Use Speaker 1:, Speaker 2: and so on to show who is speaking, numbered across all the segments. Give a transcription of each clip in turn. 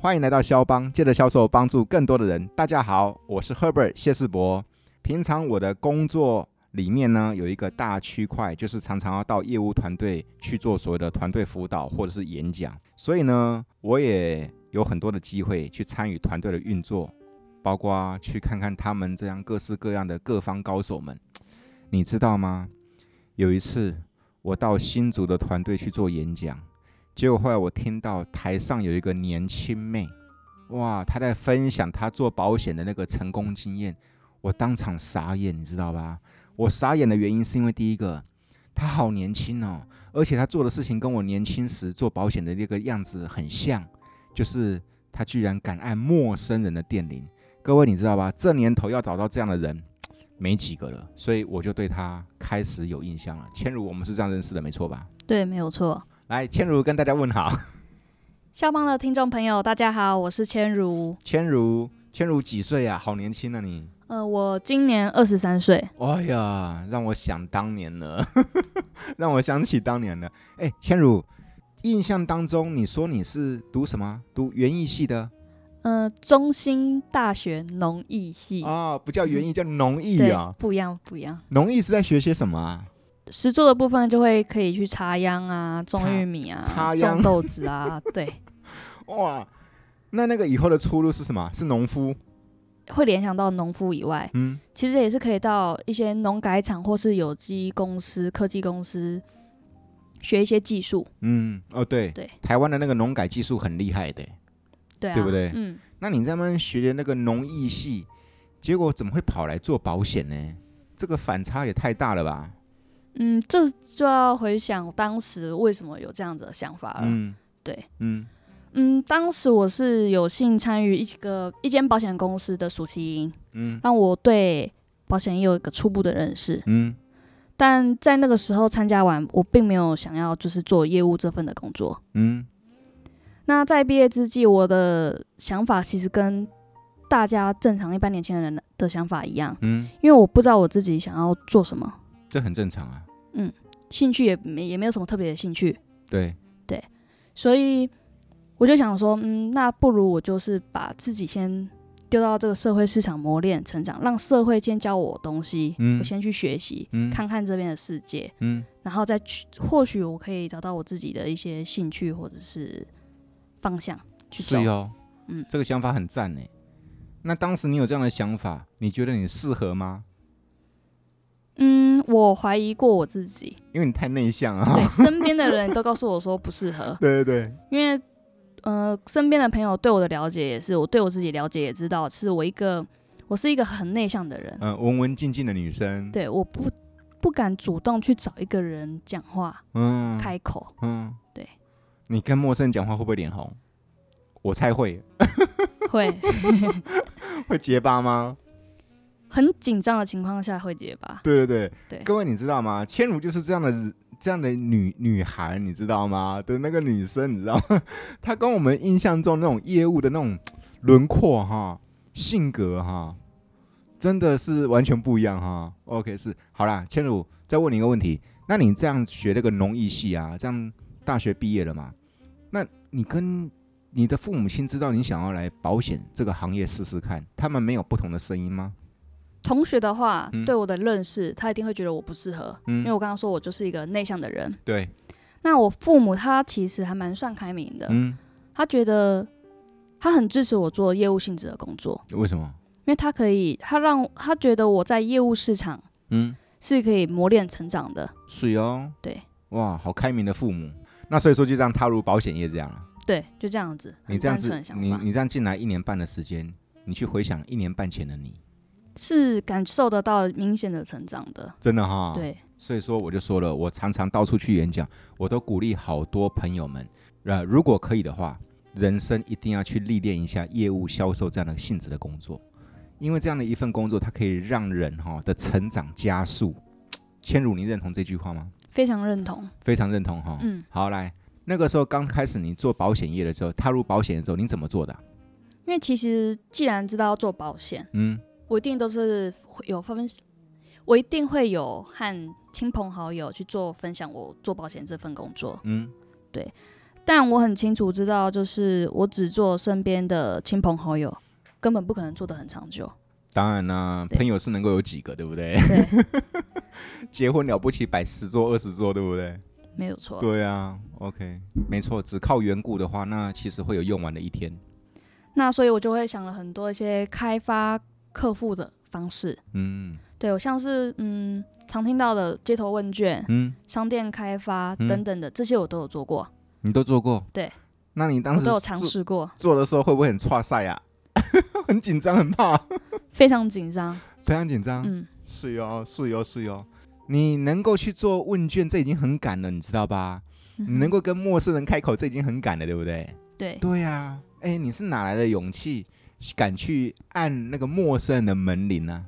Speaker 1: 欢迎来到肖邦，借着销售帮助更多的人。大家好，我是 Herbert 谢世博。平常我的工作里面呢，有一个大区块，就是常常要到业务团队去做所谓的团队辅导或者是演讲，所以呢，我也有很多的机会去参与团队的运作，包括去看看他们这样各式各样的各方高手们。你知道吗？有一次我到新竹的团队去做演讲。结果后来我听到台上有一个年轻妹，哇，她在分享她做保险的那个成功经验，我当场傻眼，你知道吧？我傻眼的原因是因为第一个，她好年轻哦，而且她做的事情跟我年轻时做保险的那个样子很像，就是她居然敢按陌生人的电铃。各位你知道吧？这年头要找到这样的人没几个了，所以我就对她开始有印象了。千如，我们是这样认识的，没错吧？
Speaker 2: 对，没有错。
Speaker 1: 来，千如跟大家问好。
Speaker 2: 肖邦的听众朋友，大家好，我是千如。
Speaker 1: 千如，千如几岁啊？好年轻啊你！
Speaker 2: 呃，我今年二十三岁。
Speaker 1: 哎呀，让我想当年了， 让我想起当年了。哎，千如，印象当中你说你是读什么？读园艺系的
Speaker 2: 呃，中兴大学农艺嗯系。
Speaker 1: 哦，不叫园艺，叫农艺
Speaker 2: 对
Speaker 1: 啊，。
Speaker 2: 不一样，不一样。
Speaker 1: 农艺是在学些什么啊？
Speaker 2: 实作的部分就会可以去插秧啊，种
Speaker 1: 插
Speaker 2: 玉米啊，
Speaker 1: 插秧
Speaker 2: 种豆子啊， 对，
Speaker 1: 哇，那那个以后的出路是什么？是农夫？
Speaker 2: 会联想到农夫以外，
Speaker 1: 嗯，
Speaker 2: 其实也是可以到一些农改场或是有机公司、科技公司学一些技术。
Speaker 1: 嗯，哦对，
Speaker 2: 对
Speaker 1: 台湾的那个农改技术很厉害的。
Speaker 2: 对啊，
Speaker 1: 对不对
Speaker 2: 嗯，
Speaker 1: 那你在那边学的那个农艺系，结果怎么会跑来做保险呢？这个反差也太大了吧？
Speaker 2: 嗯，这就要回想当时为什么有这样子的想法了。
Speaker 1: 嗯，
Speaker 2: 对，
Speaker 1: 嗯
Speaker 2: 嗯，当时我是有幸参与一个一间保险公司的暑期营，
Speaker 1: 嗯
Speaker 2: 让我对保险业有一个初步的认识。
Speaker 1: 嗯
Speaker 2: 但在那个时候参加完，我并没有想要就是做业务这份的工作。
Speaker 1: 嗯
Speaker 2: 那在毕业之际，我的想法其实跟大家正常一般年轻人的想法一样，
Speaker 1: 嗯，
Speaker 2: 因为我不知道我自己想要做什么，
Speaker 1: 这很正常啊。
Speaker 2: 兴趣也没也没有什么特别的兴趣，
Speaker 1: 对，
Speaker 2: 所以我就想说，嗯，那不如我就是把自己先丢到这个社会市场磨练成长，让社会先教我东西，
Speaker 1: 嗯
Speaker 2: 我先去学习，
Speaker 1: 嗯
Speaker 2: 看看这边的世界，
Speaker 1: 嗯
Speaker 2: 然后再去，或许我可以找到我自己的一些兴趣或者是方向去
Speaker 1: 是
Speaker 2: 走。
Speaker 1: 哦，
Speaker 2: 嗯
Speaker 1: 这个想法很赞呢。那当时你有这样的想法，你觉得你适合吗？
Speaker 2: 嗯，我怀疑过我自 己，
Speaker 1: 因为你太内向啊。
Speaker 2: 对身边的人都告诉我说不适合，
Speaker 1: 对对对，
Speaker 2: 因为呃，身边的朋友对我的了解也是，我对我自己了解也知道，是我一个我是一个很内向的人，
Speaker 1: 嗯、文文静静的女生。，
Speaker 2: 对，我不不敢主动去找一个人讲话、
Speaker 1: 嗯，
Speaker 2: 开口，
Speaker 1: 嗯，
Speaker 2: 对。
Speaker 1: 你跟陌生人讲话会不会脸红？我猜会，
Speaker 2: 会
Speaker 1: 会结巴吗？
Speaker 2: 很紧张的情况下会结巴。
Speaker 1: 对对对，
Speaker 2: 对
Speaker 1: 各位你知道吗？千如就是这样的日这样的女女孩，你知道吗？的那个女生，你知道吗？ 她跟我们印象中那种业务的那种轮廓哈、性格哈，真的是完全不一样哈。OK，是好啦，千如再问你一个问题，那你这样学那个农艺系啊，这样大学毕业了嘛？那你跟你的父母亲知道你想要来保险这个行业试试看，他们没有不同的声音吗？
Speaker 2: 同学的话，
Speaker 1: 嗯
Speaker 2: 对我的认识，他一定会觉得我不适合，因为
Speaker 1: 嗯，
Speaker 2: 我刚刚说我就是一个内向的人。
Speaker 1: 对，
Speaker 2: 那我父母他其实还蛮算开明的，
Speaker 1: 嗯，
Speaker 2: 他觉得他很支持我做业务性质的工作，
Speaker 1: 为什么？
Speaker 2: 因为他可以，他让他觉得我在业务市场
Speaker 1: 嗯，
Speaker 2: 是可以磨练成长的。
Speaker 1: 水哦，
Speaker 2: 对，
Speaker 1: 哇，好开明的父母。那所以说就这样踏入保险业这样了。
Speaker 2: 对，就这样子，
Speaker 1: 你这样
Speaker 2: 很
Speaker 1: 子
Speaker 2: 单纯，的
Speaker 1: 你
Speaker 2: 想法
Speaker 1: 你这样进来一年半的时间，你去回想一年半前的你，
Speaker 2: 是感受得到明显的成长的。
Speaker 1: 真的哈、。
Speaker 2: 对，
Speaker 1: 所以说我就说了，我常常到处去演讲，我都鼓励好多朋友们，呃，如果可以的话，人生一定要去历练一下业务销售这样的性质的工作，因为这样的一份工作，它可以让人哈、的成长加速。千如，你认同这句话吗？
Speaker 2: 非常认同。
Speaker 1: 非常认同哈、
Speaker 2: 嗯，
Speaker 1: 好，来，那个时候刚开始你做保险业的时候，踏入保险的时候，你怎么做的啊、
Speaker 2: 因为其实既然知道要做保险，
Speaker 1: 嗯
Speaker 2: 我一定都是会有分，我一定会有和亲朋好友去做分享我做保险这份工作。
Speaker 1: 嗯
Speaker 2: 但我很清楚知道，就是我只做身边的亲朋好友，根本不可能做得很长久。
Speaker 1: 当然啦，
Speaker 2: 对
Speaker 1: 朋友是能够有几个，对不对？
Speaker 2: 对，
Speaker 1: 结婚了不起，摆十桌二十桌，对不对？
Speaker 2: 没有错。
Speaker 1: 对啊，OK，没错，只靠缘故的话，那其实会有用完的一天。
Speaker 2: 那所以我就会想了很多一些开发客户的方式。
Speaker 1: 嗯
Speaker 2: 对我像是嗯常听到的街头问卷、
Speaker 1: 嗯，
Speaker 2: 商店开发
Speaker 1: 嗯
Speaker 2: 等等的，这些我都有做过，
Speaker 1: 你都做过？
Speaker 2: 对。
Speaker 1: 那你当
Speaker 2: 我
Speaker 1: 时
Speaker 2: 都有尝
Speaker 1: 做
Speaker 2: 试过，
Speaker 1: 做的时候，会不会很挫赛啊？ 很紧张，很 怕，
Speaker 2: 非常紧张。
Speaker 1: 非常紧张。
Speaker 2: 嗯，
Speaker 1: 是哟，是哟，是哟。你能够去做问卷，这已经很敢了，你知道吧？你能
Speaker 2: 够
Speaker 1: 够跟陌生人开口，这已经很敢了，对不对？
Speaker 2: 嗯对
Speaker 1: 对呀、哎，你是哪来的勇气，敢去按那个陌生人的门铃啊呢、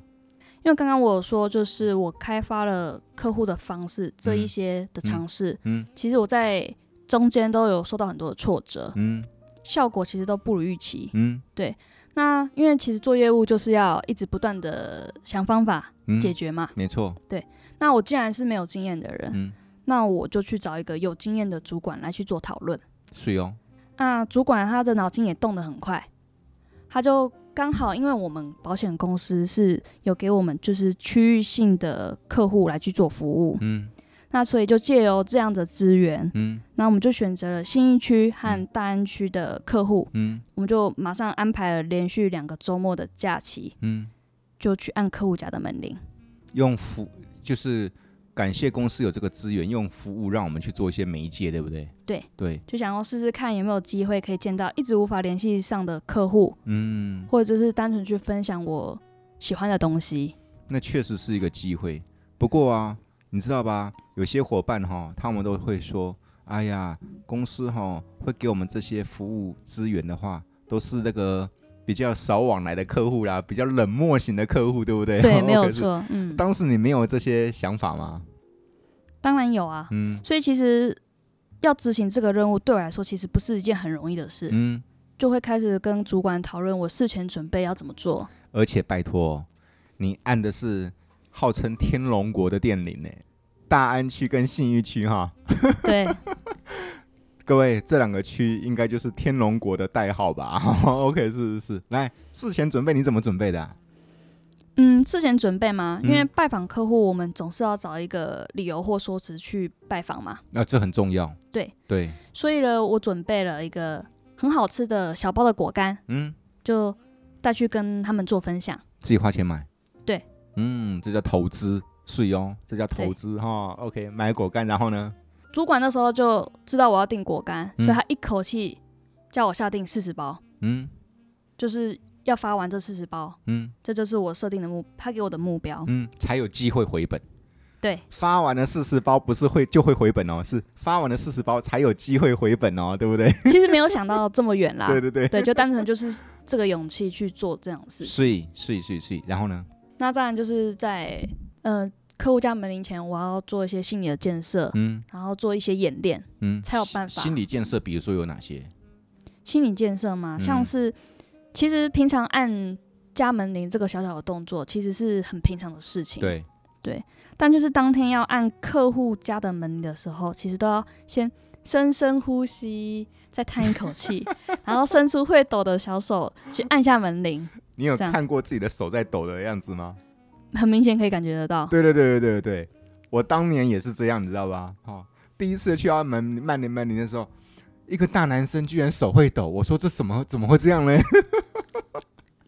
Speaker 2: 因为刚刚我有说，就是我开发了客户的方式这一些的尝试，
Speaker 1: 嗯
Speaker 2: 其实我在中间都有受到很多的挫折，
Speaker 1: 嗯
Speaker 2: 效果其实都不如预期。
Speaker 1: 嗯
Speaker 2: 那因为其实做业务就是要一直不断的想方法
Speaker 1: 嗯，
Speaker 2: 解决嘛。
Speaker 1: 没错，
Speaker 2: 那我既然是没有经验的人，
Speaker 1: 嗯，
Speaker 2: 那我就去找一个有经验的主管来去做讨论。
Speaker 1: 是哦哟，
Speaker 2: 那主管他的脑筋也动得很快，他就刚好因为我们保险公司是有给我们就是区域性的客户来去做服务，
Speaker 1: 嗯
Speaker 2: 那所以就借由这样的资源，
Speaker 1: 嗯
Speaker 2: 那我们就选择了信义区和大安区的客户，
Speaker 1: 嗯
Speaker 2: 我们就马上安排了连续两个周末的假期，
Speaker 1: 嗯，
Speaker 2: 就去按客户家的门铃。
Speaker 1: 用服就是感谢公司有这个资源，用服务让我们去做一些媒介，对不对？
Speaker 2: 对
Speaker 1: 对，
Speaker 2: 就想要试试看有没有机会可以见到一直无法联系上的客户，
Speaker 1: 嗯，
Speaker 2: 或者是单纯去分享我喜欢的东 西。
Speaker 1: 那确实是一个机会。不过啊，你知道吧？有些伙伴哈、他们都会说：“哎呀，公司哈、会给我们这些服务资源的话，都是那个比较少往来的客户啦，比较冷漠型的客户，对不对？”
Speaker 2: 对，没有
Speaker 1: 可是。
Speaker 2: 错，嗯，
Speaker 1: 当时你没有这些想法吗？
Speaker 2: 当然有啊。
Speaker 1: 嗯
Speaker 2: 所以其实要执行这个任务，对我来说其实不是一件很容易的事，
Speaker 1: 嗯，
Speaker 2: 就会开始跟主管讨论我事前准备要怎么做。
Speaker 1: 而且拜托，哦你按的是号称天龙国的电铃呢，大安区跟信义区哈、
Speaker 2: 对，
Speaker 1: 各位，这两个区应该就是天龙国的代号吧 ？OK，是是是。来，事前准备你怎么准备的啊、
Speaker 2: 嗯，事前准备嘛，因为
Speaker 1: 嗯
Speaker 2: 拜访客户，我们总是要找一个理由或说辞去拜访嘛。
Speaker 1: 那、啊这很重要。
Speaker 2: 对
Speaker 1: 对，
Speaker 2: 所以呢，我准备了一个很好吃的小包的果干，
Speaker 1: 嗯，
Speaker 2: 就带去跟他们做分享。
Speaker 1: 自己花钱买。
Speaker 2: 对，
Speaker 1: 嗯，这叫投资，是哦，这叫投资哈、OK，买果干，然后呢？
Speaker 2: 主管那时候就知道我要订果干，
Speaker 1: 嗯
Speaker 2: 所以他一口气叫我下定四十包，
Speaker 1: 嗯
Speaker 2: 就是要发完这四十包。
Speaker 1: 嗯
Speaker 2: 这就是我设定的目，他给我的目标。
Speaker 1: 嗯，才有机会回本。
Speaker 2: 对，
Speaker 1: 发完了四十包，不是会就会回本哦，是发完了四十包才有机会回本哦，对不对？
Speaker 2: 其实没有想到这么远啦。
Speaker 1: 对对对。
Speaker 2: 对就单纯就是这个勇气去做这样的 事。
Speaker 1: 所以，所以，所以，所以，然后呢？
Speaker 2: 那当然就是在呃客户家门铃前，我要做一些心理的建设，
Speaker 1: 嗯
Speaker 2: 然后做一些演练，
Speaker 1: 嗯，
Speaker 2: 才有办法
Speaker 1: 心理建设，比如说有哪些？
Speaker 2: 心理建设嘛，
Speaker 1: 嗯
Speaker 2: 像是其实平常按家门铃这个小小的动作，其实是很平常的事情。。
Speaker 1: 对，
Speaker 2: 但就是当天要按客户家的门铃的时候，其实都要先深深呼吸，再叹一口 气，然后伸出会抖的小手去按下门铃，
Speaker 1: 你有
Speaker 2: 这样
Speaker 1: 看过自己的手在抖的样子吗？
Speaker 2: 很明显可以感觉得到。
Speaker 1: 对对对对对对，我当年也是这样，你知道吧？哦，第一次去澳门曼联曼联的时候，一个大男生居然手会抖，我说这什么怎么会这样呢？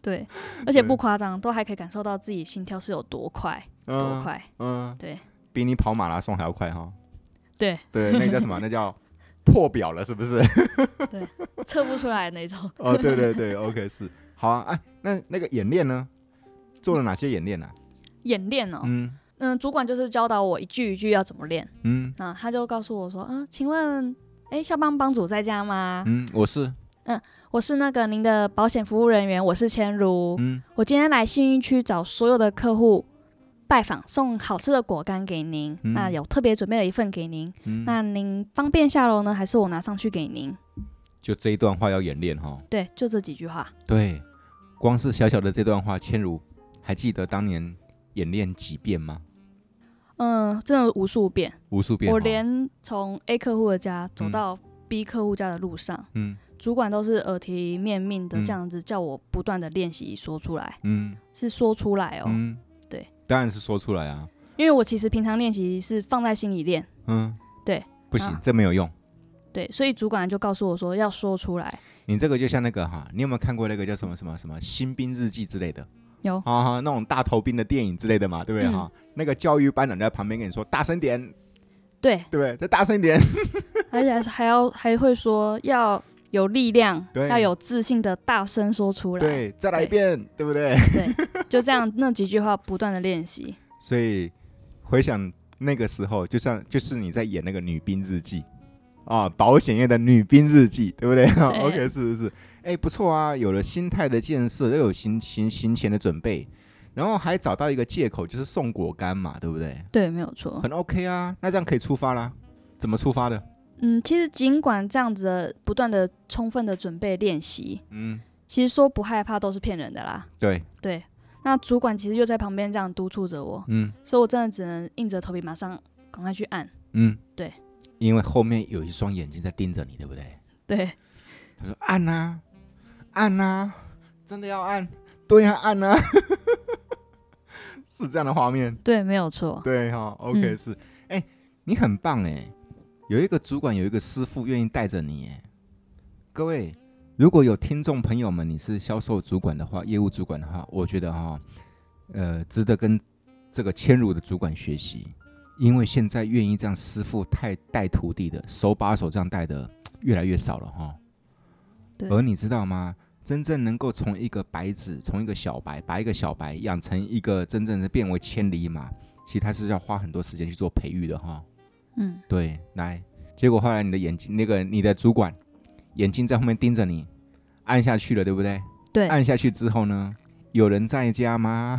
Speaker 2: 对，而且不夸张，都还可以感受到自己心跳是有多快，多
Speaker 1: 嗯
Speaker 2: 快。
Speaker 1: 嗯，
Speaker 2: 对，
Speaker 1: 比你跑马拉松还要快哈、
Speaker 2: 对，
Speaker 1: 对，那个叫什么？那叫破表了，是不是？
Speaker 2: 测不出来那种。
Speaker 1: 哦，对对对，OK 是好啊。哎，那那个演练呢？做了哪些演练呢、
Speaker 2: 演练哦，
Speaker 1: 嗯
Speaker 2: 嗯，主管就是教导我一句一句要怎么练。
Speaker 1: 嗯
Speaker 2: 那他就告诉我说，啊、请问，哎，校帮帮主在家吗？
Speaker 1: 嗯，我是
Speaker 2: 哦我是那个您的保险服务人员，我是千如。
Speaker 1: 嗯
Speaker 2: 我今天来信义区找所有的客户拜访，送好吃的果干给您。
Speaker 1: 嗯
Speaker 2: 那有特别准备了一份给您，
Speaker 1: 嗯，
Speaker 2: 那您方便下楼呢，还是我拿上去给您？
Speaker 1: 就这一段话要演练哈、
Speaker 2: 对，就这几句话。
Speaker 1: 对，光是小小的这段话，千如还记得当年演练几遍吗？
Speaker 2: 嗯，真的无数遍，
Speaker 1: 无数遍哦。
Speaker 2: 我连从 A 客户的家走到逼客户家的路上，
Speaker 1: 嗯
Speaker 2: 主管都是耳提面命的
Speaker 1: 嗯
Speaker 2: 这样子叫我不断的练习说出来，
Speaker 1: 嗯
Speaker 2: 是说出来哦，
Speaker 1: 嗯，
Speaker 2: 对，
Speaker 1: 当然是说出来啊，
Speaker 2: 因为我其实平常练习是放在心里练，
Speaker 1: 嗯，
Speaker 2: 对，
Speaker 1: 不行
Speaker 2: 啊，
Speaker 1: 这没有用。
Speaker 2: 对，所以主管就告诉我说要说出来，
Speaker 1: 你这个就像那个哈，你有没有看过那个叫什么什么什么新兵日记之类的？
Speaker 2: 有
Speaker 1: 啊哈，那种大头兵的电影之类的嘛，对不对
Speaker 2: 嗯
Speaker 1: 哈？那个教育班长在旁边跟你说大声点，
Speaker 2: 对，
Speaker 1: 对不对？再大声一点，
Speaker 2: 而且还要还会说要有力量，
Speaker 1: 对
Speaker 2: 要有自信的大声说出来，
Speaker 1: 对，再来一
Speaker 2: 对
Speaker 1: 遍，对不对？
Speaker 2: 就这样那几句话不断的练习，
Speaker 1: 所以回想那个时候，就像就是你在演那个《女兵日记》啊，保险业的《女兵日记》，对不对？OK，是是是，哎，不错啊，有了心态的建设，又有行行行前的准备，然后还找到一个借口，就是送果干嘛，对不对？
Speaker 2: 对，没有错。
Speaker 1: 很 OK 啊，那这样可以出发啦。怎么出发的？
Speaker 2: 嗯，其实尽管这样子的不断的充分的准备练习，
Speaker 1: 嗯，
Speaker 2: 其实说不害怕都是骗人的啦。
Speaker 1: 对，
Speaker 2: 对，那主管其实又在旁边这样督促着我，
Speaker 1: 嗯
Speaker 2: 所以我真的只能硬着头皮马上赶快去按。
Speaker 1: 嗯，
Speaker 2: 对，
Speaker 1: 因为后面有一双眼睛在盯着你，对不对？
Speaker 2: 对，
Speaker 1: 他说按呐、按呐、真的要按，对呀、按呐、 是这样的画面，
Speaker 2: 对，没有错。
Speaker 1: 对哈、，OK
Speaker 2: 嗯
Speaker 1: 是，哎、你很棒哎，有一个主管，有一个师傅愿意带着你哎，各位。如果有听众朋友们，你是销售主管的话，业务主管的话，我觉得哈、呃，值得跟这个谦儒的主管学习，因为现在愿意这样师傅太带徒弟的，手把手这样带的越来越少了哈、
Speaker 2: 对
Speaker 1: 而你知道吗？真正能够从一个白纸，从一个小白，把一个小白养成一个真正的变为千里马，其实他是要花很多时间去做培育的哈。
Speaker 2: 嗯，
Speaker 1: 对，来，结果后来你的眼睛，那个你的主管眼睛在后面盯着你，按下去了，对不对？
Speaker 2: 对，
Speaker 1: 按下去之后呢，有人在家吗？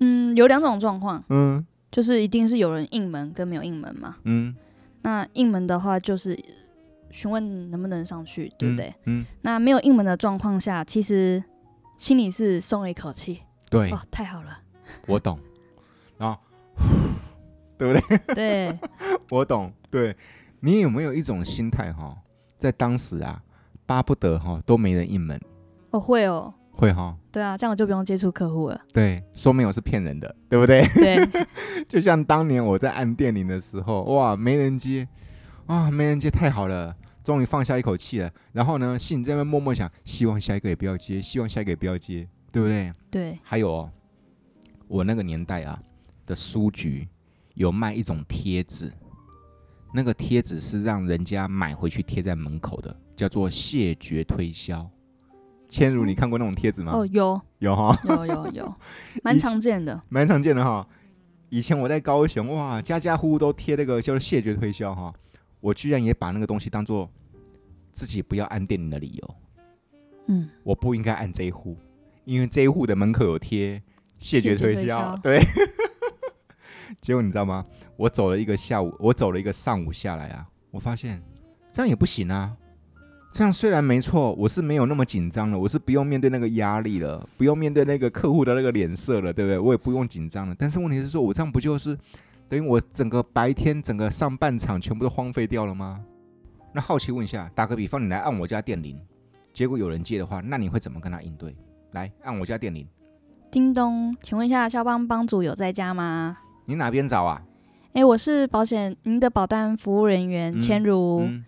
Speaker 2: 嗯，有两种状况，
Speaker 1: 嗯
Speaker 2: 就是一定是有人应门跟没有应门嘛。
Speaker 1: 嗯，
Speaker 2: 那应门的话就是询问能不能上去，对不对？
Speaker 1: 嗯？嗯，
Speaker 2: 那没有应门的状况下，其实心里是松了一口气，
Speaker 1: 对，
Speaker 2: 哦，太好了，
Speaker 1: 我懂，
Speaker 2: 对，
Speaker 1: 我懂。对你有没有一种心态哈、在当时啊，巴不得哈、都没人应门，
Speaker 2: 我会哦，
Speaker 1: 会哈、
Speaker 2: 对啊，这样我就不用接触客户了，
Speaker 1: 对，说明我是骗人的，对不对？
Speaker 2: 对，
Speaker 1: 就像当年我在按电铃的时候，哇，没人接，啊，没人接，太好了，终于放下一口气了。然后呢，心里在那边默默想，希望下一个也不要接，希望下一个也不要接，对不对？
Speaker 2: 对，
Speaker 1: 还有哦，我那个年代啊的书局有卖一种贴纸，那个贴纸是让人家买回去贴在门口的，叫做谢绝推销。千如，你看过那种贴纸吗？
Speaker 2: 哦，有
Speaker 1: 有哈、
Speaker 2: 有有 有，蛮常见的，
Speaker 1: 蛮常见的哈。以前我在高雄，哇，家家户户都贴那个叫做谢绝推销哈，我居然也把那个东西当做自己不要按电铃的理由，
Speaker 2: 嗯，
Speaker 1: 我不应该按这一户，因为这一户的门口有贴谢绝推
Speaker 2: 谢绝推
Speaker 1: 销
Speaker 2: 销，
Speaker 1: 对。 结果你知道吗？我走了一个下午，我走了一个上午下来啊，我发现这样也不行啊。这样虽然没错，我是没有那么紧张了，我是不用面对那个压力了，不用面对那个客户的那个脸色了，对不对？我也不用紧张了。但是问题是说，我这样不就是等于我整个白天、整个上半场全部都荒废掉了吗？那好奇问一下，打个比方，你来按我家电铃，结果有人接的话，那你会怎么跟他应对？来按我家电铃，
Speaker 2: 叮咚，请问一下肖邦帮主有在家吗？
Speaker 1: 你哪边找啊？
Speaker 2: 诶，我是保险您的保单服务人员
Speaker 1: 嗯
Speaker 2: 千如，
Speaker 1: 嗯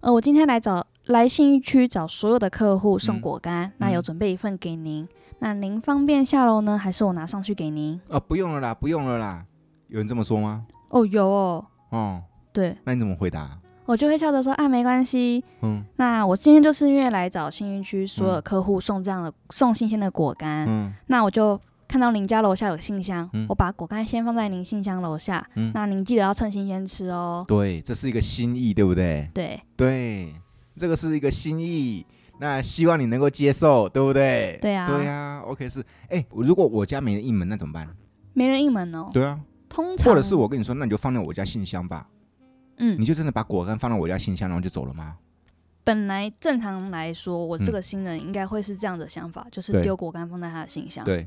Speaker 2: 呃，我今天来找来信义区找所有的客户
Speaker 1: 嗯
Speaker 2: 送果干，那有准备一份给您，那您方便下楼呢，还是我拿上去给您？
Speaker 1: 啊，不用了啦，不用了啦。有人这么说吗？
Speaker 2: 哦，有哦，
Speaker 1: 哦，
Speaker 2: 对
Speaker 1: 那你怎么回答？
Speaker 2: 我就会笑着说，啊，没关系，
Speaker 1: 嗯
Speaker 2: 那我今天就是因为来找信义区所有
Speaker 1: 嗯
Speaker 2: 客户送这样的、送新鲜的果干，
Speaker 1: 嗯
Speaker 2: 那我就看到您家楼下有信箱，
Speaker 1: 嗯
Speaker 2: 我把果干先放在您信箱楼下，
Speaker 1: 嗯，
Speaker 2: 那您记得要趁新鲜吃哦。
Speaker 1: 对，这是一个心意，对不对？
Speaker 2: 对
Speaker 1: 对，这个是一个心意。那希望你能够接受，对不对？
Speaker 2: 对啊
Speaker 1: 对啊。OK，是。哎，我如果我家没人应门，那怎么办？
Speaker 2: 没人应门哦。
Speaker 1: 对啊，
Speaker 2: 通常
Speaker 1: 或者是我跟你说，那你就放在我家信箱吧。你
Speaker 2: 嗯，
Speaker 1: 就真的把果干放到我家信箱，然后就走了吗？
Speaker 2: 本来正常来说，我
Speaker 1: 嗯
Speaker 2: 这个新人应该会是这样的想法，就是
Speaker 1: 对
Speaker 2: 丢果干放在他的信箱。
Speaker 1: 对，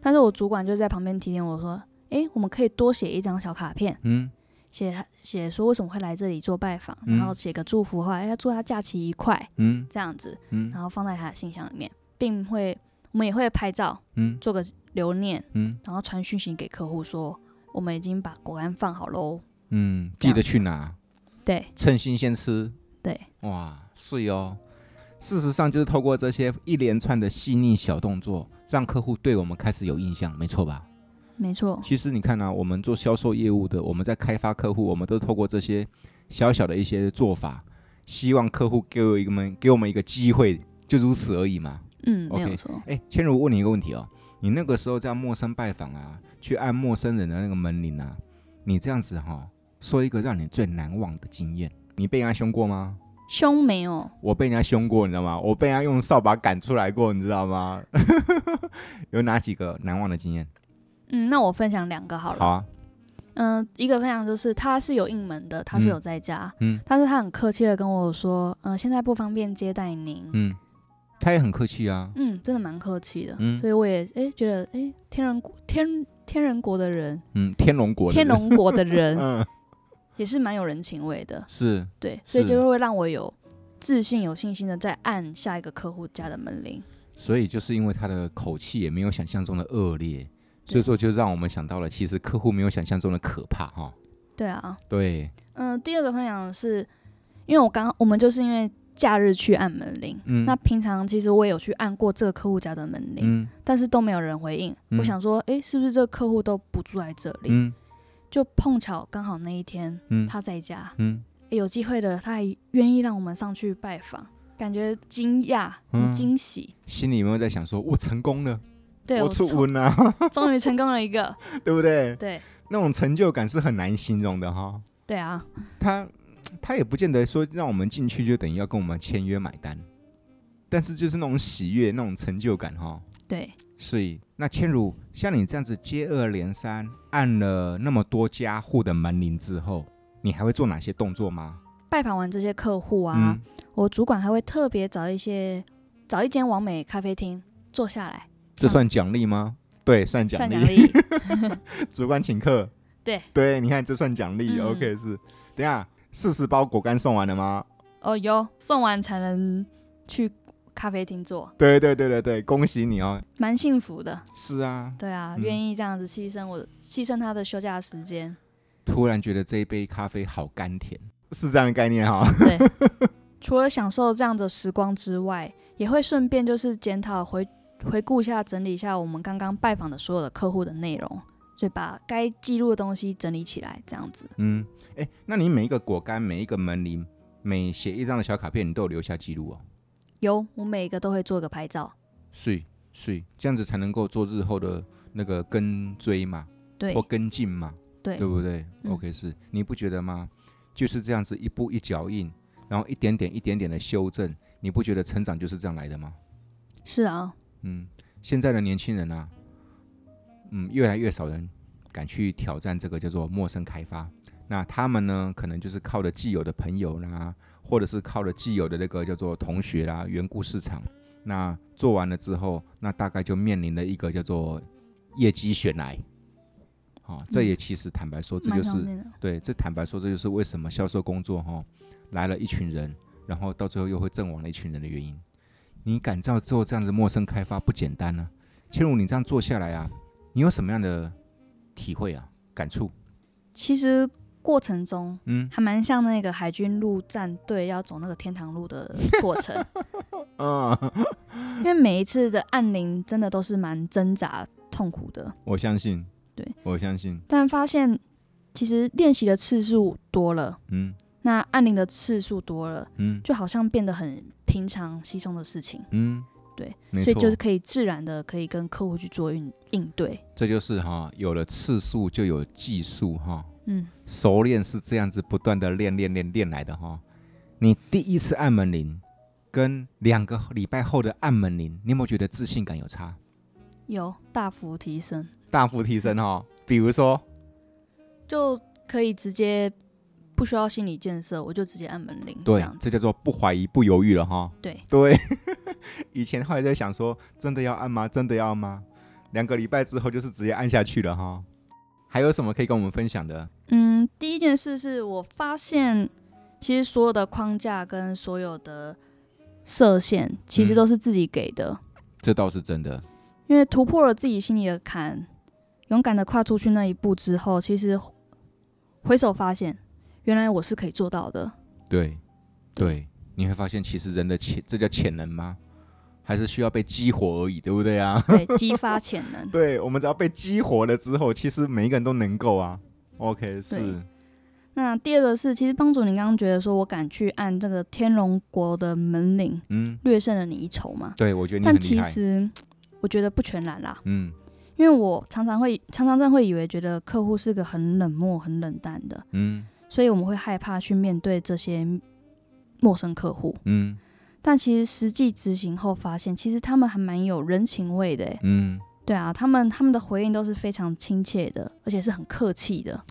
Speaker 2: 但是我主管就在旁边提点我说：“诶，我们可以多写一张小卡片，
Speaker 1: 嗯
Speaker 2: 写写说为什么会来这里做拜访，
Speaker 1: 嗯
Speaker 2: 然后写个祝福话，哎要祝他假期愉快
Speaker 1: 嗯
Speaker 2: 这样子，
Speaker 1: 嗯
Speaker 2: 然后放在他的信箱里面，并会我们也会拍照
Speaker 1: 嗯
Speaker 2: 做个留念，
Speaker 1: 嗯
Speaker 2: 然后传讯息给客户说我们已经把果干放好喽。
Speaker 1: 嗯，
Speaker 2: 这
Speaker 1: 记
Speaker 2: 样
Speaker 1: 得去拿，
Speaker 2: 对
Speaker 1: 趁新鲜吃。
Speaker 2: 对，
Speaker 1: 哇，是哟。事实上，就是透过这些一连串的细腻小动作，让客户对我们开始有印象，没错吧？
Speaker 2: 没错，
Speaker 1: 其实你看呢、我们做销售业务的，我们在开发客户，我们都透过这些小小的一些做法，希望客户给我一个们给我们一个机会，就如此而已嘛。
Speaker 2: 嗯，没
Speaker 1: OK
Speaker 2: 有错。
Speaker 1: 哎，千如，我问你一个问题哦，你那个时候在陌生拜访啊，去按陌生人的那个门铃啊，你这样子哈、说一个让你最难忘的经验，你被人家凶过吗？
Speaker 2: 胸没有，
Speaker 1: 我被人家凶过，你知道吗？我被人家用扫把赶出来过，你知道吗？ 有哪几个难忘的经验？
Speaker 2: 嗯，那我分享两个好了。
Speaker 1: 好啊，
Speaker 2: 嗯、一个分享就是他是有应门的，他是
Speaker 1: 嗯
Speaker 2: 有在家，
Speaker 1: 嗯
Speaker 2: 但是他很客气的跟我说，嗯、现在不方便接待您。嗯
Speaker 1: 嗯，他也很客气啊，
Speaker 2: 真的蛮客气的，
Speaker 1: 嗯
Speaker 2: 所以我也哎、觉得哎、天人国天天人国的人，
Speaker 1: 嗯，天龙国的
Speaker 2: 天
Speaker 1: 人，
Speaker 2: 龙国的人
Speaker 1: 嗯，
Speaker 2: 也是蛮有人情味的，
Speaker 1: 是
Speaker 2: 对，所以
Speaker 1: 是
Speaker 2: 就会让我有自信、有信心的再按下一个客户家的门铃。
Speaker 1: 所以就是因为他的口气也没有想象中的恶劣，所
Speaker 2: 对
Speaker 1: 以说就让我们想到了，其实客户没有想象中的可怕哈、
Speaker 2: 对啊，
Speaker 1: 对，
Speaker 2: 嗯、第二个分享的是，因为我刚我们就是因为假日去按门铃，
Speaker 1: 嗯，
Speaker 2: 那平常其实我也有去按过这个客户家的门铃，
Speaker 1: 嗯
Speaker 2: 但是都没有人回应。
Speaker 1: 嗯
Speaker 2: 我想说，诶，是不是这个客户都不住在这里？
Speaker 1: 嗯
Speaker 2: 就碰巧刚好那一天
Speaker 1: 嗯
Speaker 2: 他在家，
Speaker 1: 嗯
Speaker 2: 诶有机会的他还愿意让我们上去拜访，感觉惊讶、
Speaker 1: 嗯
Speaker 2: 很惊喜。
Speaker 1: 心里有没有在想说，我成功了，
Speaker 2: 对
Speaker 1: 我
Speaker 2: 我
Speaker 1: 出
Speaker 2: 终
Speaker 1: 温了，
Speaker 2: 终于成功了一个，
Speaker 1: 对不对？
Speaker 2: 对
Speaker 1: 那种成就感是很难形容的哈、
Speaker 2: 对啊，
Speaker 1: 他他也不见得说让我们进去就等于要跟我们签约买单，但是就是那种喜悦、那种成就感哈、
Speaker 2: 对，
Speaker 1: 所以，那千如像你这样子接二连三按了那么多家户的门铃之后，你还会做哪些动作吗？
Speaker 2: 拜访完这些客户
Speaker 1: 嗯
Speaker 2: 啊，我主管还会特别找一些找一间完美咖啡厅坐下来，
Speaker 1: 这算奖励吗？对，算奖
Speaker 2: 算奖
Speaker 1: 励。
Speaker 2: 励。
Speaker 1: 主管请客。
Speaker 2: 对
Speaker 1: 对，你看这算奖励。
Speaker 2: 嗯
Speaker 1: OK，是。等一下四十包果干送完了吗？
Speaker 2: 哦，有送完才能去咖啡厅坐，
Speaker 1: 对对对对对，恭喜你哦。
Speaker 2: 蛮幸福的。
Speaker 1: 是啊，
Speaker 2: 对啊，
Speaker 1: 嗯
Speaker 2: 愿意这样子牺牲我的牺牲他的休假时间，
Speaker 1: 突然觉得这一杯咖啡好甘甜，是这样的概念哈、
Speaker 2: 对。除了享受这样的时光之外，也会顺便就是检讨回回顾一下、整理一下我们刚刚拜访的所有的客户的内容，所以把该记录的东西整理起来，这样子。
Speaker 1: 嗯，哎，那你每一个果干、每一个门铃、每写一张的小卡片，你都有留下记录哦。
Speaker 2: 有，我每一个都会做一个拍照。
Speaker 1: 是是，这样子才能够做日后的那个跟追嘛，
Speaker 2: 对
Speaker 1: 或跟进嘛，
Speaker 2: 对
Speaker 1: 对不对、
Speaker 2: 嗯
Speaker 1: o k 是，你不觉得吗？就是这样子一步一脚印，然后一点点一点点的修正，你不觉得成长就是这样来的吗？
Speaker 2: 是啊，
Speaker 1: 嗯，现在的年轻人啊，嗯，越来越少人敢去挑战这个叫做陌生开发。那他们呢，可能就是靠着既有的朋友啦，或者是靠着既有的那个叫做同学啦、缘故市场。那做完了之后，那大概就面临了一个叫做业绩悬崖。好、这
Speaker 2: 嗯
Speaker 1: 也其实坦白说，这
Speaker 2: 蛮
Speaker 1: 就是
Speaker 2: 常见的。
Speaker 1: 对，这坦白说，这就是为什么销售工作哈、来了一群人，然后到最后又会阵亡了一群人的原因。你敢照做这样子陌生开发不简单呢、千如，你这样做下来啊，你有什么样的体会啊、感触？
Speaker 2: 其实过程中
Speaker 1: 嗯
Speaker 2: 还蛮像那个海军陆战队要走那个天堂路的过程，
Speaker 1: 啊，
Speaker 2: 因为每一次的按铃真的都是蛮挣扎、痛苦的，
Speaker 1: 我相信，
Speaker 2: 对，
Speaker 1: 我相信，
Speaker 2: 但发现其实练习的次数多了，
Speaker 1: 嗯
Speaker 2: 那按铃的次数多了，
Speaker 1: 嗯
Speaker 2: 就好像变得很平常、稀松的事情，
Speaker 1: 嗯，
Speaker 2: 对，
Speaker 1: 没
Speaker 2: 所以
Speaker 1: 错，
Speaker 2: 就是可以自然的可以跟客户去做应应对。
Speaker 1: 这就是哈、有了次数就有技术哈、
Speaker 2: 嗯，
Speaker 1: 熟练是这样子不断的练练练练来的哈、你第一次按门铃，跟两个礼拜后的按门铃，你有没有觉得自信感有差，
Speaker 2: 有大幅提升，
Speaker 1: 大幅提升哈、比如说，
Speaker 2: 就可以直接不需要心理建设，我就直接按门铃这
Speaker 1: 对
Speaker 2: 样，子。
Speaker 1: 这叫做不怀疑不犹豫了哈、
Speaker 2: 对，
Speaker 1: 对， 以前后来在想说，真的要按吗？真的要吗？两个礼拜之后就是直接按下去了哈、还有什么可以跟我们分享的？
Speaker 2: 嗯，第一件事是我发现，其实所有的框架跟所有的设限，其实
Speaker 1: 嗯
Speaker 2: 都是自己给的。
Speaker 1: 这倒是真的。
Speaker 2: 因为突破了自己心里的坎，勇敢的跨出去那一步之后，其实回首发现，原来我是可以做到 的。
Speaker 1: 对，对，你会发现其实人的潜，这叫潜能吗？还是需要被激活而已，对不对啊？
Speaker 2: 对，激发潜能。
Speaker 1: 对，我们只要被激活了之后，其实每一个人都能够啊。OK，是，
Speaker 2: 那第二个是，其实帮主，你刚刚觉得说我敢去按这个天龙国的门铃，
Speaker 1: 嗯，
Speaker 2: 略胜了你一筹嘛？
Speaker 1: 对，我觉得你
Speaker 2: 但
Speaker 1: 很厉
Speaker 2: 其
Speaker 1: 害。
Speaker 2: 实我觉得不全然啦，
Speaker 1: 嗯
Speaker 2: 因为我常常会常常真的会以为觉得客户是个很冷漠、很冷淡的，
Speaker 1: 嗯
Speaker 2: 所以我们会害怕去面对这些陌生客户。
Speaker 1: 嗯
Speaker 2: 但其实实际执行后发现，其实他们还蛮有人情味的欸。
Speaker 1: 嗯，
Speaker 2: 对啊，他们他们的回应都是非常亲切的，而且是很客气的。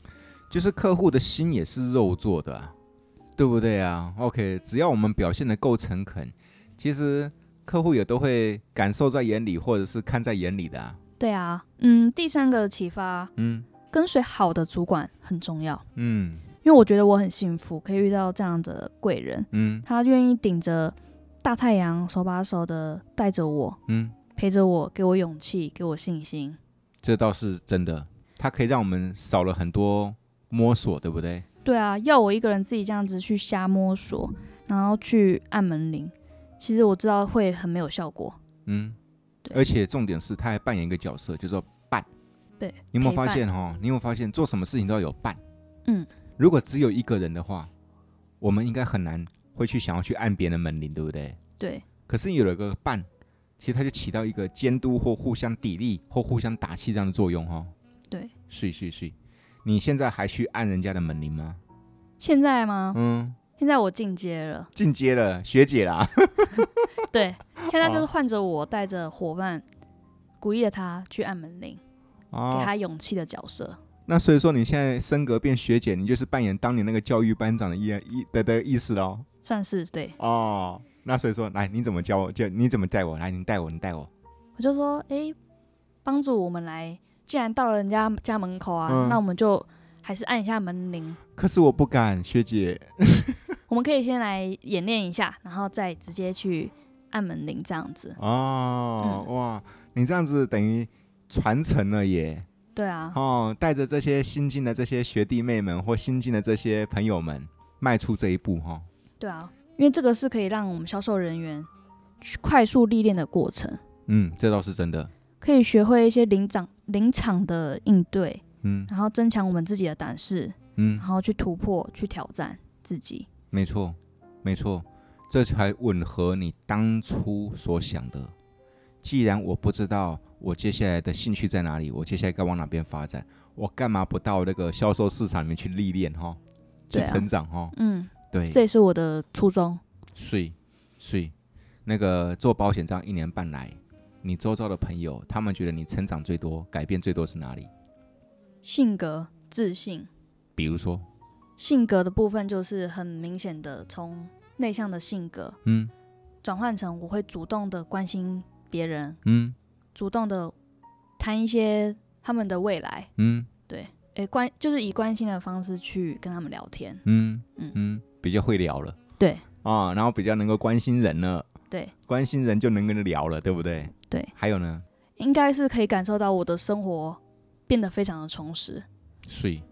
Speaker 1: 就是客户的心也是肉做的、啊，对不对啊？OK，只要我们表现的够诚恳，其实客户也都会感受在眼里，或者是看在眼里的、啊。
Speaker 2: 对啊，嗯，第三个启发，
Speaker 1: 嗯
Speaker 2: 跟随好的主管很重要，
Speaker 1: 嗯
Speaker 2: 因为我觉得我很幸福，可以遇到这样的贵人，
Speaker 1: 嗯
Speaker 2: 他愿意顶着大太阳，手把手的带着我，
Speaker 1: 嗯，
Speaker 2: 陪着我，给我勇气，给我信心。
Speaker 1: 这倒是真的，它可以让我们少了很多摸索，对不对？
Speaker 2: 对啊，要我一个人自己这样子去瞎摸索，然后去按门铃，其实我知道会很没有效果。
Speaker 1: 嗯，
Speaker 2: 对
Speaker 1: 而且重点是，他还扮演一个角色，就是说伴。
Speaker 2: 对，
Speaker 1: 你有没有
Speaker 2: 陪
Speaker 1: 发
Speaker 2: 伴
Speaker 1: 现哈？你有没有发现做什么事情都要有伴？
Speaker 2: 嗯，
Speaker 1: 如果只有一个人的话，我们应该很难会去想要去按别人的门铃，对不对？
Speaker 2: 对，
Speaker 1: 可是有了个伴，其实它就起到一个监督或互相砥砺或互相打气这样的作用哈。
Speaker 2: 对，
Speaker 1: 是是是，你现在还去按人家的门铃吗？
Speaker 2: 现在吗？
Speaker 1: 嗯，，
Speaker 2: 现在我进阶了
Speaker 1: 进阶了，学姐啦。
Speaker 2: 对，现在
Speaker 1: 哦
Speaker 2: 就是换着我带着伙伴，鼓励了他去按门铃，给
Speaker 1: 哦，
Speaker 2: 他勇气的角色。
Speaker 1: 那所以说你现在升格变学姐，你就是扮演当年那个教育班长的意意的的意思喽。
Speaker 2: 算是对，
Speaker 1: 哦，那所以说，来，你怎么教我？就你怎么带我？来，你带我，你带我。
Speaker 2: 我就说，诶，帮助我们来，既然到了人家家门口啊，
Speaker 1: 嗯
Speaker 2: 那我们就还是按一下门铃。
Speaker 1: 可是我不敢，学姐。
Speaker 2: 我们可以先来演练一下，然后再直接去按门铃这样子。
Speaker 1: 哦，
Speaker 2: 嗯
Speaker 1: 哇，你这样子等于传承了耶！
Speaker 2: 对啊，
Speaker 1: 哦，带着这些新进的这些学弟妹们或新进的这些朋友们，迈出这一步哈、
Speaker 2: 对啊，因为这个是可以让我们销售人员去快速历练的过程。
Speaker 1: 嗯，这倒是真的。
Speaker 2: 可以学会一些临场临场的应对，
Speaker 1: 嗯
Speaker 2: 然后增强我们自己的胆识，
Speaker 1: 嗯
Speaker 2: 然，后去突破、去挑战自己。
Speaker 1: 没错，没错，这才吻合你当初所想的。既然我不知道我接下来的兴趣在哪里，我接下来该往哪边发展，我干嘛不到那个销售市场里面去历练哈，去
Speaker 2: 对啊
Speaker 1: 成长哈？
Speaker 2: 嗯，
Speaker 1: 对，
Speaker 2: 这也是我的初衷。
Speaker 1: 所以，那个做保险这样一年半来，你周遭的朋友，他们觉得你成长最多、改变最多是哪里？
Speaker 2: 性格、自信，
Speaker 1: 比如说，
Speaker 2: 性格的部分就是很明显的从内向的性格
Speaker 1: 嗯
Speaker 2: 转换成我会主动的关心别人，
Speaker 1: 嗯
Speaker 2: 主动的谈一些他们的未来，
Speaker 1: 嗯
Speaker 2: 诶，关就是以关心的方式去跟他们聊天。
Speaker 1: 嗯
Speaker 2: 嗯
Speaker 1: 嗯，比较会聊了。
Speaker 2: 对
Speaker 1: 啊、然后比较能够关心人了，
Speaker 2: 对，
Speaker 1: 关心人就能跟人聊了，对不对？
Speaker 2: 对，
Speaker 1: 还有呢，
Speaker 2: 应该是可以感受到我的生活变得非常的充实。
Speaker 1: 所以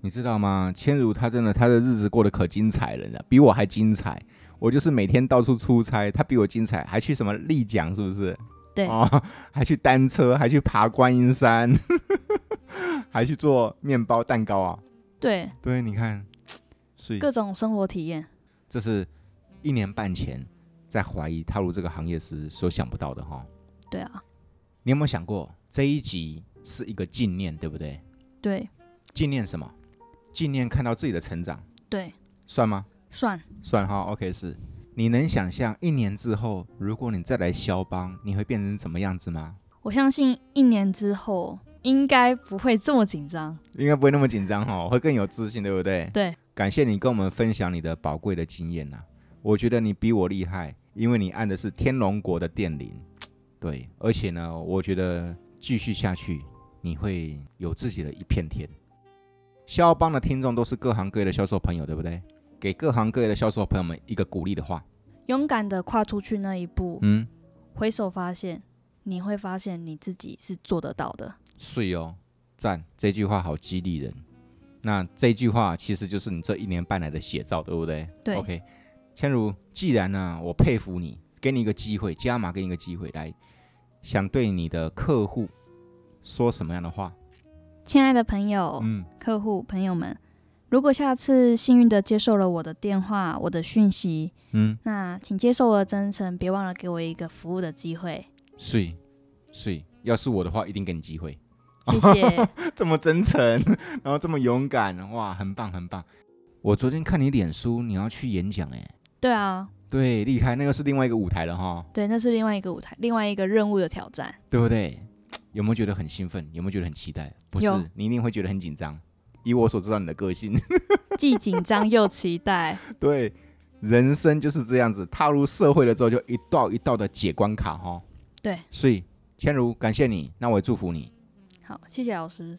Speaker 1: 你知道吗？千如她真的她的日子过得可精彩了，你知道比我还精彩。我就是每天到处出差，她比我精彩，还去什么丽江是不是？
Speaker 2: 对
Speaker 1: 哦， 还去单车，还去爬观音山， 还去做面包蛋糕啊。
Speaker 2: 对，
Speaker 1: 对，你看，所以
Speaker 2: 各种生活体验。
Speaker 1: 这是一年半前在怀疑踏入这个行业时所想不到的哈、
Speaker 2: 对啊，
Speaker 1: 你有没有想过这一集是一个纪念，对不对？
Speaker 2: 对
Speaker 1: 纪念什么？纪念看到自己的成长，
Speaker 2: 对，
Speaker 1: 算吗？
Speaker 2: 算
Speaker 1: 算哈，OK 是。你能想象一年之后，如果你再来肖邦，你会变成什么样子吗？
Speaker 2: 我相信一年之后应该不会这么紧张。
Speaker 1: 应该不会那么紧张哈，会更有自信，对不对？
Speaker 2: 对，
Speaker 1: 感谢你跟我们分享你的宝贵的经验呐、啊我觉得你比我厉害，因为你按的是天龙国的电铃，对，而且呢，我觉得继续下去，你会有自己的一片天。肖邦的听众都是各行各业的销售朋友，对不对？给各行各业的销售朋友们一个鼓励的话，
Speaker 2: 勇敢的跨出去那一步，
Speaker 1: 嗯，
Speaker 2: 回首发现，你会发现你自己是做得到的。
Speaker 1: 睡哦，赞，这句话好激励人。那这句话其实就是你这一年半来的写照，对不对？
Speaker 2: 对
Speaker 1: OK，千如，既然呢、我佩服你，给你一个机会，加码给你一个机会，来，想对你的客户说什么样的话？
Speaker 2: 亲爱的朋友、
Speaker 1: 嗯，
Speaker 2: 客户、朋友们，如果下次幸运的接受了我的电话、我的讯息，
Speaker 1: 嗯，
Speaker 2: 那请接受我的真诚，别忘了给我一个服务的机会。
Speaker 1: 睡睡，要是我的话，一定给你机会。
Speaker 2: 谢谢。
Speaker 1: 这么真诚，然后这么勇敢，哇，很棒很棒。我昨天看你脸书，你要去演讲哎、
Speaker 2: 对啊，
Speaker 1: 对，厉害，那又是另外一个舞台了哈。
Speaker 2: 对，那是另外一个舞台，另外一个任务的挑战。
Speaker 1: 对不对？有没有觉得很兴奋？有没有觉得很期待？不是
Speaker 2: 有，
Speaker 1: 你一定会觉得很紧张。以我所知道你的个性，
Speaker 2: 既紧张又期待，
Speaker 1: 对，人生就是这样子，踏入社会了之后，就一道一道的解关卡哈、
Speaker 2: 对，
Speaker 1: 所以千如，感谢你，那我也祝福你。
Speaker 2: 好，谢谢老师。